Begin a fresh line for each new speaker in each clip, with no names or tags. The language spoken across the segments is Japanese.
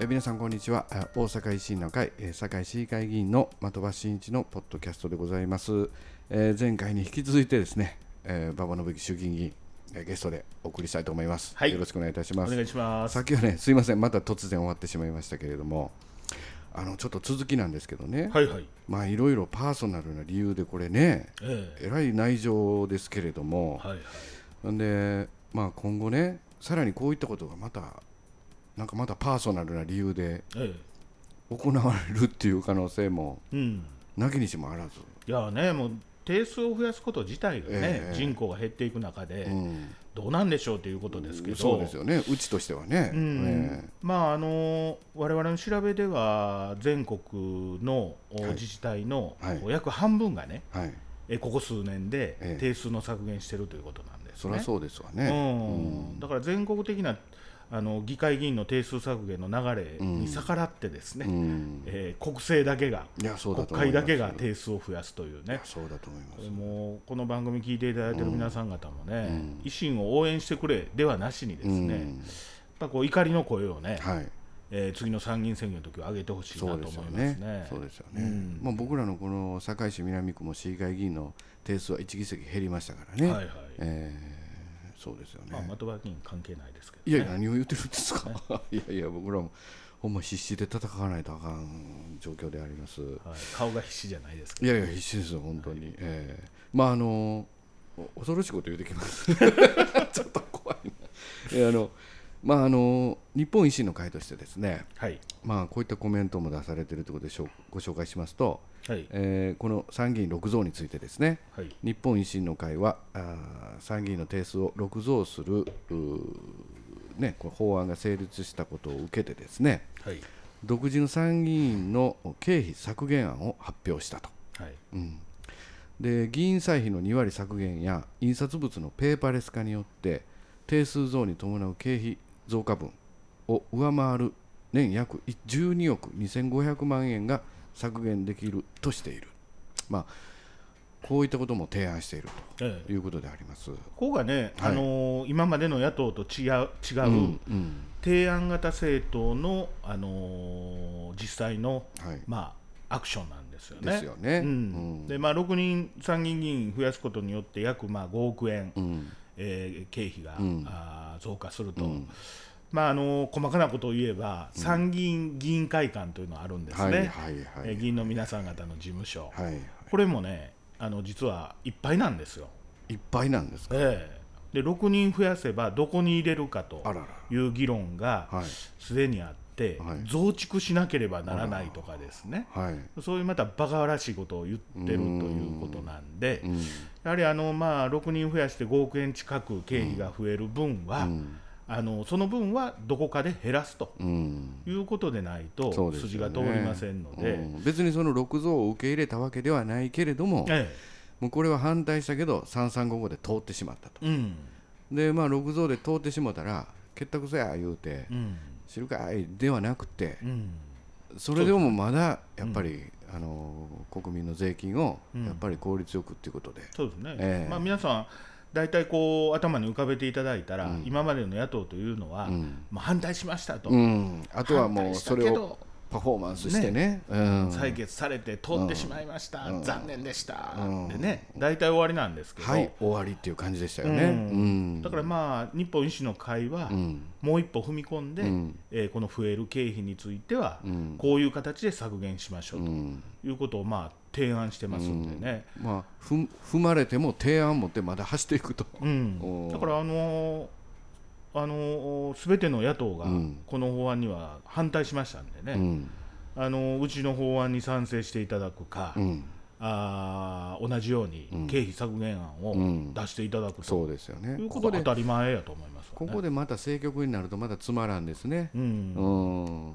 えー皆さんこんにちはあ大阪維新の会えー堺市議会議員の的場真一のポッドキャストでございます、えー前回に引き続いてですね、えー、馬場伸樹衆議院議員、えーゲストでお送りしたいと思います、
はい
よろしくお願いいたしま
お
す
願いします。
さっきはねすいませんまた突然終わってしまいましたけれどもあのちょっと続きなんですけどね、
はいはい。
まあいろいろパーソナルな理由でこれね
ええ
えらい内情ですけれども、
はいはい。
なんで、まあ、今後ねさらにこういったことがまたなんかまたパーソナルな理由で
え
行われるっていう可能性も
えうん。
なきにしもあらず、
いやね、もう定数を増やすこと自体がね、
ええ
人口が減っていく中で、
うん
どうなんでしょうということですけど、
そうですよねうちとしてはね。
うん
ね
まああの我々の調べでは全国のお
はい
自治体の
はい
お約半分がね、
はい、
えここ数年
え
で
え
定数の削減してるということなんです
そり
ね。
ゃそうですわね。
うん、だから全国的なあの議会議員の定数削減の流れに逆らってですね、
うん
えー国政だけが
いやそうだ
国
と思い
会
ます
だけが定数を増やすという
い
ね
や、そうだと思います。
もうこの番組聞いていただいている皆さん方もね、維新を応援してくれではなしに、ですね、やっぱこう怒りの声をね、
はい、
えー次の参議院選挙の時は上げてほしい
そ
な
う
と
です
思
よ
います
ね
ね。。
そうですよね。まあ僕らのこの堺市南区も市議会議員の定数は1議席減りましたからね。
はいはい
えーそうですよね。
まあ、的場議員関係ないですけど、
いや、何を言ってるんですか。 いやいや、僕らも、ほんま必死で戦わないとあかん状況であります。
はい、顔が必死じゃないですけ
いやいや、必死ですよ、本当に。ええまあ、あの、お恐ろしいこと言うてきます。 ちょっと怖いな。いや、あの、まあ、あの、日本維新の会としてですね。
ど、はい
まあ、こういったコメントも出されているということでしょうご紹介しますと、
はい
えーこの参議院6増についてですね、
はい
日本維新の会はあー参議院の定数を6増するうーね、この法案が成立したことを受けてですね
はい
独自の参議院の経費削減案を発表したと、
はい
うんで議員歳費の2割削減や印刷物のペーパーレス化によって定数増に伴う経費増加分を上回る年約12億2500万円が削減できるとしている、まあ、こういったことも提案していると。
ええ
いうことであります。
ここがね、
はい
あのー今までの野党と違う違う、
うん、
提案型政党の、あのー実際の、
はい。
まあ、アクションなんですよね。
ですよね。
うん
うん
でまあ、6人参議院議員増やすことによって約まあ5億円、
うん
えー経費が、
うん
あー増加すると、まああのー細かなことを言えば、参議院議員会館というのがあるんですね、
はいはいは
えー
い。
議員の皆さん方の事務所、
はい。
これもねあの実はいっぱいなんですよ、
いっぱいなんですか。
ええで6人増やせばどこに入れるかと
あら
いう議論が、
ら。はい。
すでにあって、
はい
増築しなければならないとかですね、
はい。
そういうまたバカらしいことを言ってるということなんで、
うん。
やはりあの、まあ、6人増やして5億円近く経費が増える分は、
うん
あのその分はどこかで減らすと
うん。
いうことでないと、
そうです
筋
よ
が
ね
通りませんので。
うん別にその六増を受け入れたわけではないけれども、
え
もうこれは反対したけど三三五五で通ってしまったと。
えうん
でまあ六増で通ってしまったら結託せや言うて
うん
知るかいではなくて、
うん
それでもまだやっぱり、あの国民の税金をやっぱり効率よくっていうことで、
そうですね、
ええ
まあ、皆さん、大体こう頭に浮かべていただいたら、今までの野党というのは、
ん
まあ、反対しましたと、
うん、あとはもうそれ
反対したけ
を
ど
パフォーマンスしてね、うん、
採決されて通ってしまいました、残念でした、
うん
でね大体終わりなんですけど、
はい終わりっていう感じでしたよね。う
うんんだからまあ日本維新の会は、
うん
もう一歩踏み込んで、
ん
えーこの増える経費については、
ん
こういう形で削減しましょう
うん
ということをまあ提案してますんでね、
まあ、ふ踏まれても提案持ってまだ走っていくと、
うん
おー
だからあのーあのすべての野党が
うん
この法案には反対しましたんでね、
うん
あのーうちの法案に賛成していただくか、
うん、
あー同じように経費削減案
う
を
ん
出していただくと
そうですよね
いうこ
ことこ
は
で
当たり前やと思いますよね。
ここでまた政局になるとまだつまらんですね、
うん
うん、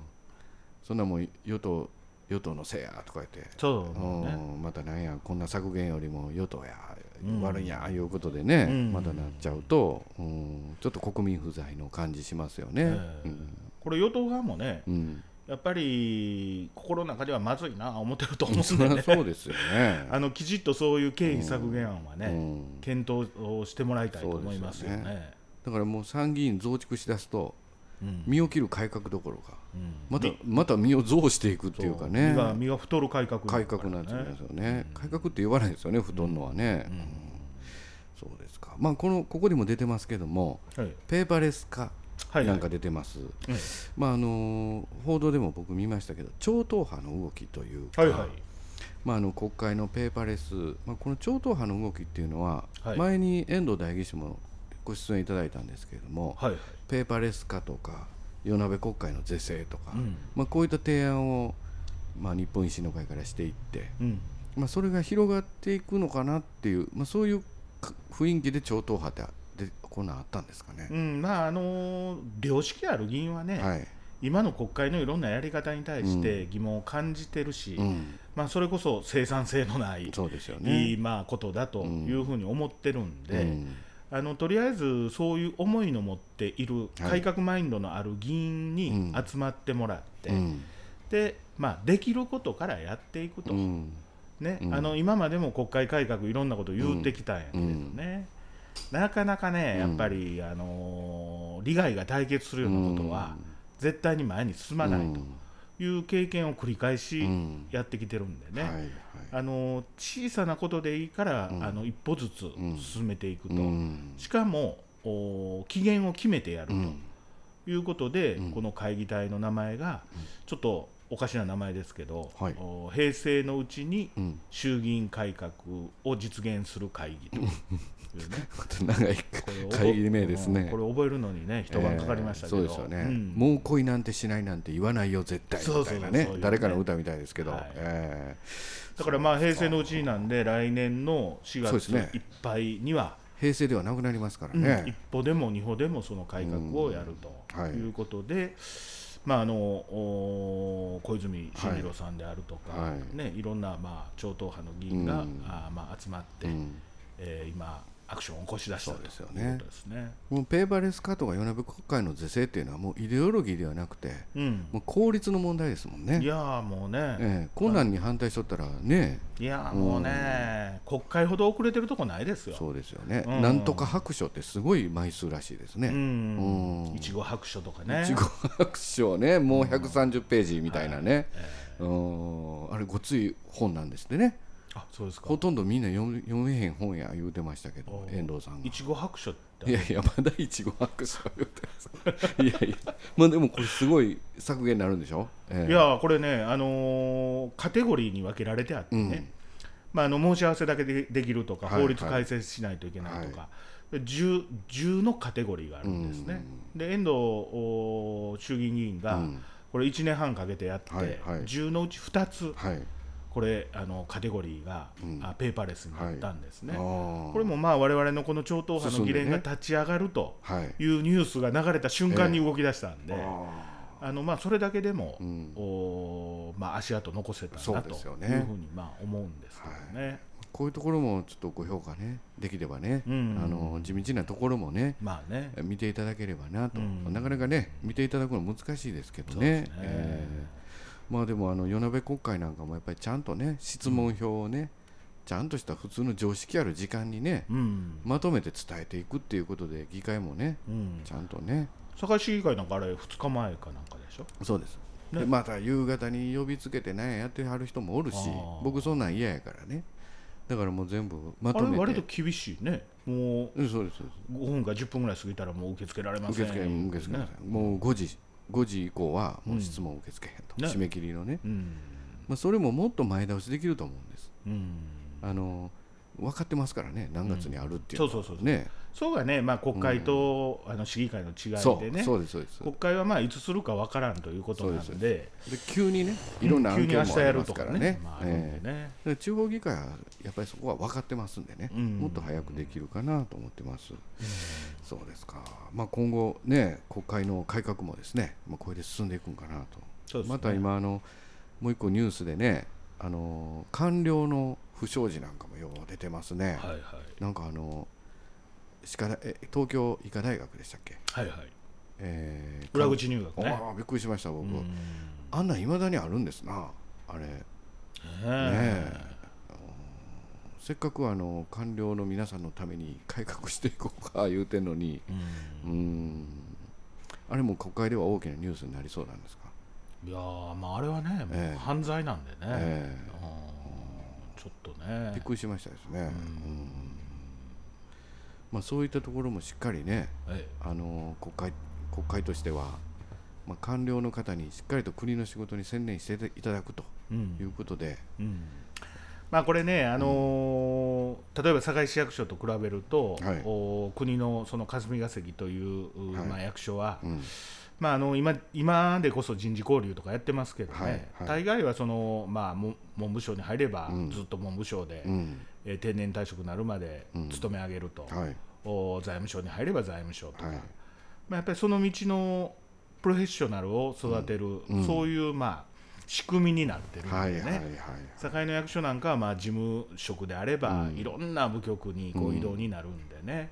そんなもん与党与党のせいやとか言って
そうだね
うんまたなんやこんな削減よりも与党や、
うん
悪いんやああいうことでね、
うん
またなっちゃうと、うん、ちょっと国民不在の感じしますよね。
ええこれ与党側もね、
うん、
やっぱり心の中ではまずいな、思ってると思う
そ
ん
り
で
ゃ
ね、
そうですよね。
あのきちっとそういう経費削減案は
う
ね、
ん、
検討をしてもらいたいと思いますよ
そうですよ
ね。
だからもう参議院増築しだすと
うん
身を切る改革どころか
うん
またまた身を増していくっていうかね
身が身が太る改革
改革なんですよね、改革って言わないですよね布団のはね、うんそうですかまあこのここにも出てますけども
はい
ペーパーレス化
はい
なんか出てます、
うん
まああの報道でも僕見ましたけど超党派の動きというか、
はいはい
まあ、あの国会のペーパーレス、まあ、この超党派の動きっていうのは、
はい
前に遠藤代議士もご出演いただいたんですけれども、
はいはい
ペーパーレス化とか与那部国会の是正とか、
うん
まあ、こういった提案を、まあ、日本維新の会からしていって、
うん
まあ、それが広がっていくのかなっていう、まあ、そういうか雰囲気で超党派ってでこんなんあったんですかね。
うんまああのー良識ある議員はね、
はい
今の国会のいろんなやり方に対して疑問を感じてるし、
うん、
まあ、それこそ生産性のない、
そうですよね。
いいまあことだというふうに思ってるんで、
うん
あのとりあえずそういう思いの持っている
はい
改革マインドのある議員に
うん
集まってもらって、
うん
でまあ、できることからやっていくと、
うん
ね
うん
あの今までも国会改革いろんなこと言ってきたんやけどね、なかなかねやっぱり、あのー利害が対決するようなことは絶対に前に進まないという経験を繰り返
う
し
ん
やってきてるんでね。
はいはい
あの小さなことでいいから、
うん
あの一歩ずつ
ん
進めていくと、
うん
しかもお期限を決めてやる
うん
ということで、
うん
この会議体の名前が、ちょっとおかしな名前ですけど、
はい
お平成のうちに
うん
衆議院改革を実現する会議というね。
また長い
これ
会議名ですね
こ。れ覚えるのにね、一晩かかりましたけど、
えーそうですよね、
ん
もう恋なんてしないなんて言わないよ絶対
そう
み
そ
た
うそう
いな
そう
ね
いうね
誰かの歌みたいですけど、
はい
え
だからまあ平成のうちになんで、来年の4
そうです
月
ね
いっぱいには、
ー平成ではなくなりますから
うん一
ね、
歩でも二歩でもその改革をやる
うんは
と
い
いうことで、まあ、あのお小泉進次郎さんであるとか、
はいい
ね、いろんな、まあ、超党派の議員が、
うん
あーまあ、集まって、
うん
えー今、アクションを起こし出し
そ
た
う
という
ですよ
こと
ね
ですね。
もうペーパーレス化とか与那部国会の是正っていうのはもうイデオロギーではなくて
うん
もう効率の問題ですもんね
いやーもうね、
ええ、こんなんに反対しとったらね
いやーもうね、国会ほど遅れてるとこないですよ。
そうですよね、
うん
なんとか白書ってすごい枚数らしいです
う
ね、
ん
うん
いちご白書とかね。
いちご白書ねもう130ページみたいなね、
え
うんあれごつい本なんですってね
ーあそうですか
ほ。とんどみんな読め読めへん本や言うてましたけど
おう
遠藤さんが
い。ちご白書って
いやいやまだいちご白書言うてますいやいやまあでもこれすごい削減になるんでしょ、ええ
いやーこれね、あのーカテゴリーに分けられてあってね、
うん
まあ、あの申し合わせだけでできるとか、
はい
法律改正しないといけないとか、10, 10のカテゴリーがあるんですね。で遠藤おー衆議院議員が、
うん
これ1年半かけてやって、
はいはい
10のうち2つ、
はい、
これあのカテゴリーが、
うん
あペーパーレスになったんですね。
こ
これもまあ我々のこの超党派の議連が
進んで
立ち上がると
はい
いうニュースが流れた瞬間に動き出したんで、
あ
あのまあそれだけでも、
うん
おーまあ、足跡残せた
そう
な
で
と
すよね
いうふうにまあ思うんですけどね、
ーこういうところもちょっとご評価ねできればね、
うん
あの地道なところもね
まあね、
見ていただければなと、
うん
なかなかね見ていただくの難しいですけど
そうで
ね
すね
ええまあでもあの与那部国会なんかもやっぱりちゃんとね質問票をね、ちゃんとした普通の常識ある時間にね
うん、
まとめて伝えていくっていうことで議会もね
うん、
ちゃんとね
堺市議会なんかあれ、2日前かなんかでしょ、
そうです、
ね
でまた夕方に呼びつけてなんややってはる人もおるし
あー
僕そんなん嫌やからねだからもう全部ま
あ
とめ
れ、
て
割と厳しいね、も
うんそうですそうです
う5分か10分ぐらい過ぎたら、もう受け付けられませ
受
ん
付受付、
ね
もう5時5時以降はもう質問受け付けへんと、
ね
締め切りのね、
うん
まあ、それももっと前倒しできると思うんです
うん、
あの分かってますからね何月にあるっていう
そ
の
う
は
そうそうそう、
ね
そうがね、まあ、国会と、あの市議会の違
そ
いで
う
ね、
そうですそうです
国会はまあいつするかわからんということな
そ
ん
う
で、
で急にねいろんな
急
案
に
件
明
も
日
あ
や
り
る
ます
と
か
からね、
ね
まああるん
え
でね。
えで地方議会はやっぱりそこは分かってますんでね、
うん
もっと早くできるかなと思ってます、そうですか、まあ、今後ね国会の改革もですね、まあ、これで進んでいくんかなと
そうですね
また今あのもう一個ニュースでねあの官僚の不祥事なんかもよう出てますね、
はいはい
なんかあの歯科大え東京医科大学でしたっけ、
はいはい
えー
裏口入学ね。
ああびっくりしました僕、
うんね
あんなんいまだにあるんですなあれ
え
ねせっかくあの官僚の皆さんのために改革していこうか言うてんのに
うん
うーんあれも国会では大きなニュースになりそうなんですか、
いやーまああれはね、もう
ええ
犯罪なんでね、
え
うんちょっと
えび
ね
っ、くりしましたですね、うんまあ、そういったところもしっかりね、
え
あのー国会国会としては、まあ、官僚の方にしっかりと国の仕事に専念していただくと
えうん
いうことで、
うんまあ、これね、あのー例えば堺市役所と比べると、
はい
お国のその霞が関という、う
はい
まあ、役所は、
うん
まあ、あの今今でこそ人事交流とかやってますけどね、
はいはい
大概はその、まあ、も文部省に入れば、
うん
ずっと文部省で、
うん
えー定年退職になるまで
うん
勤め上げると、
はい
お財務省に入れば財務省とか、
はい
まあ、やっぱりその道のプロフェッショナルを育てる、
うんうん
そういう、まあ、仕組みになってるんでね。
はいはいはい
堺の役所なんかはまあ事務職であれば、
うん
いろんな部局にこ
う
うん移動になるんでね、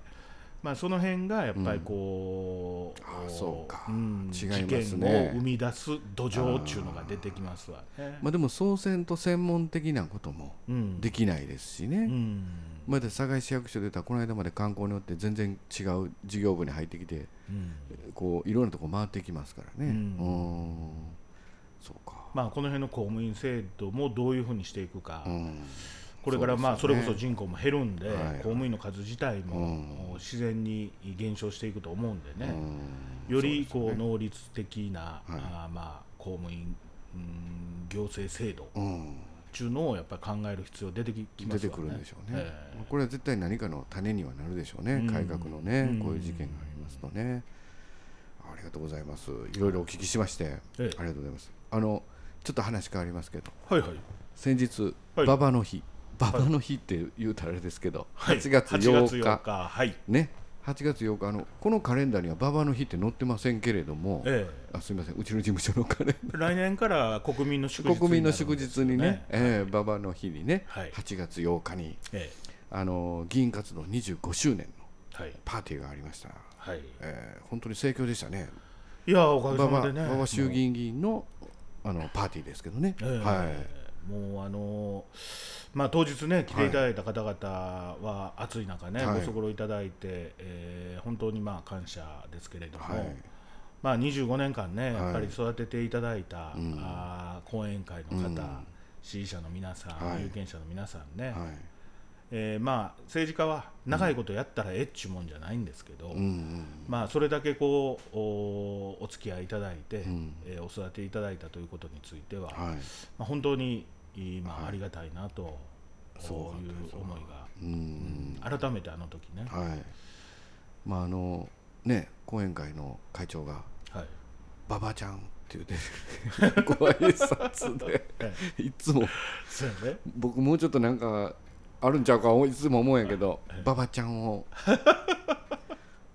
まあ、その辺がやっぱりこう、
ああそうか
ん
違いますね
事件を生み出す土壌っていうのが出てきますわね。
まあ、でも総選と専門的なことも
うん
できないですしね、
うん
まだ堺市役所出たらこの間まで観光によって全然違う事業部に入ってきて
うん
こういろんなとこ回ってきますからねう
う
んんそうか、
まあ、この辺の公務員制度もどういうふうにしていくか、
うん
これからまあそ
そう
れ
です
こ
ね
そ人口も減るんで、
はい
公務員の数自体
う
も自然に減少していくと思うんでね。
うん
より
そう
こ
で
う
すね
能率的な、
はい
あーまあ、公務員、うん行政制度っ
うん
ていうのをやっぱり考える必要出てききま
出て
すよね。
くるんでしょうね、
え
これは絶対何かの種にはなるでしょうね、
うん
改革のね、
うん
こういう事件がありますとねありがとうございますいろいろお聞きしまして、
え
あ
え
りがとうございますあのちょっと話変わりますけど
はいはい。
先日、
はい
馬場の日馬場の日って言うたらあれですけど、
はい
8月
8
8
月
日
8日はい。
ね8月8日あのこのカレンダーには馬場の日って載ってませんけれども
え
あすみませんうちの事務所のカレンダ
え、来年から国民の祝
ー
日になるんですよね、
国民の祝日にね、ええ馬場の日にね、
はい
8月8日に
え
あの議員活動25周年の
えはい
パーティーがありました、
はい。
えー本当に盛況でしたね
いやおかげ
馬
さ
場
までね。
馬場衆議院議員のあのパーティーですけどね、
ええ
はい
もうあのまあ、当日ね、来ていただいた方々は暑い中ね、
はい
ご足労いただいて、えー本当にまあ感謝ですけれども、
はい
まあ、25年間ね、
い
やっぱり育てていただいた、
うん
あー後援会の方、
うん
支持者の皆さん、
はい
有権者の皆さんね、
はい
えーまあ、政治家は長いことやったらえっちゅうもんじゃないんですけど、
うんうん
まあ、それだけこうおお付き合いいただいて、
ん
えーお育ていただいたということについては、
はい
まあ、本当に、いいまあ
はい
ありがたいなと、
そうだ
そ
った
うい
で
う
す
思いが、
う
うんん改めてあの時ね、
はいまああのね後援会の会長が
はい、
「馬場ちゃん」って 言ってご挨拶で
え
いつも
そうやね
僕もうちょっとなんかあるんちゃうかいつも思うんやけど馬場ちゃんを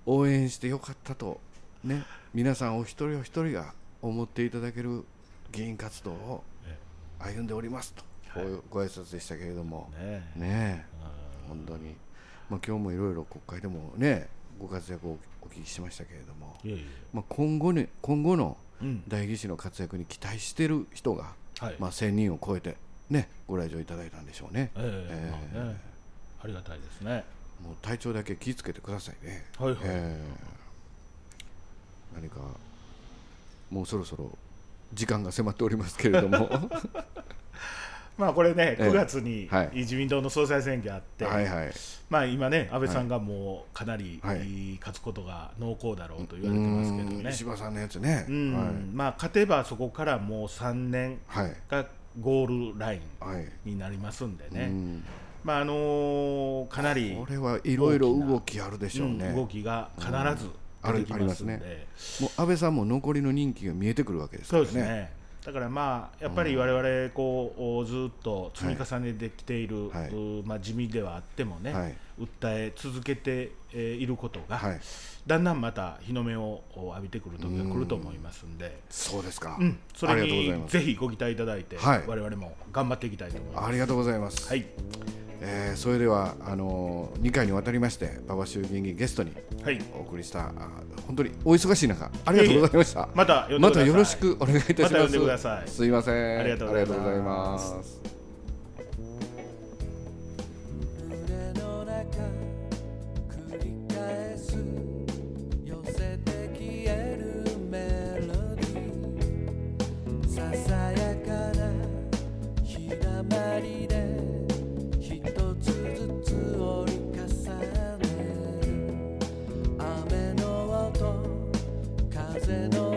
応援してよかったとね皆さんお一人お一人が思っていただける議員活動を
え
歩んでおりますとこういうご挨拶でしたけれども
ねえ
ねえ
うん
本当に、まあ、今日もいろいろ国会でもねご活躍をお聞きしましたけれども、
いえいえ
まあ、今後に今後の
うん
代議士の活躍に期待してる人が、
はい
まあ、1000人を超えて、ね、ご来場いただいたんでしょうね、
ええ
ええ
まあね、ありがたいですね。
もう体調だけ気をつけてくださいね、
はいはい
ええ何かもうそろそろ時間が迫っておりますけれ ども
まあこれね、
ええ
9月に
はい
自民党の総裁選挙あって、
はいはい
まあ今ね、安倍さんがもうかなり、
はい
いい勝つことが濃厚だろうと言われてますけど
うん
ね、
石破さんのやつね、
うんまあ勝てばそこからもう3年
はいはい
がゴールライン
はい、
になりますんで
う
ね、
ん
まああのーかなり
これはいろいろ動きあるでしょうね、
うん動きが必ず出てきますんで、
うんあるありますもう安倍さんも残りの任期が見えてくるわけですか
そう
ら
で
ね。
すね。だからまあやっぱり我々こうおずっと積み重ねてきている、
はいう
ーまあ地味ではあってもね、
はい
訴え続けてえーいることが、
はい、
だんだんまた日の目を浴びてくる時が来ると思いますんで、
そうですか。
うん、そ
あ
れ
りがとうござい
に
ます。
ぜひご期待いただいて、
はい
我々も頑張っていきたいと思います。
ありがとうございます。
はい、
えーそれではあのー、2回にわたりまして馬場衆議院議員ゲストに
はい、
お送りしたあー本当にお忙しい中ありがとうございました。
また呼んでください
またよろしくお願いいたします。
また呼んでください
すいません。
ありがとうございま
あり
す
がとうございます。
胸の中繰り返す寄せて消える風の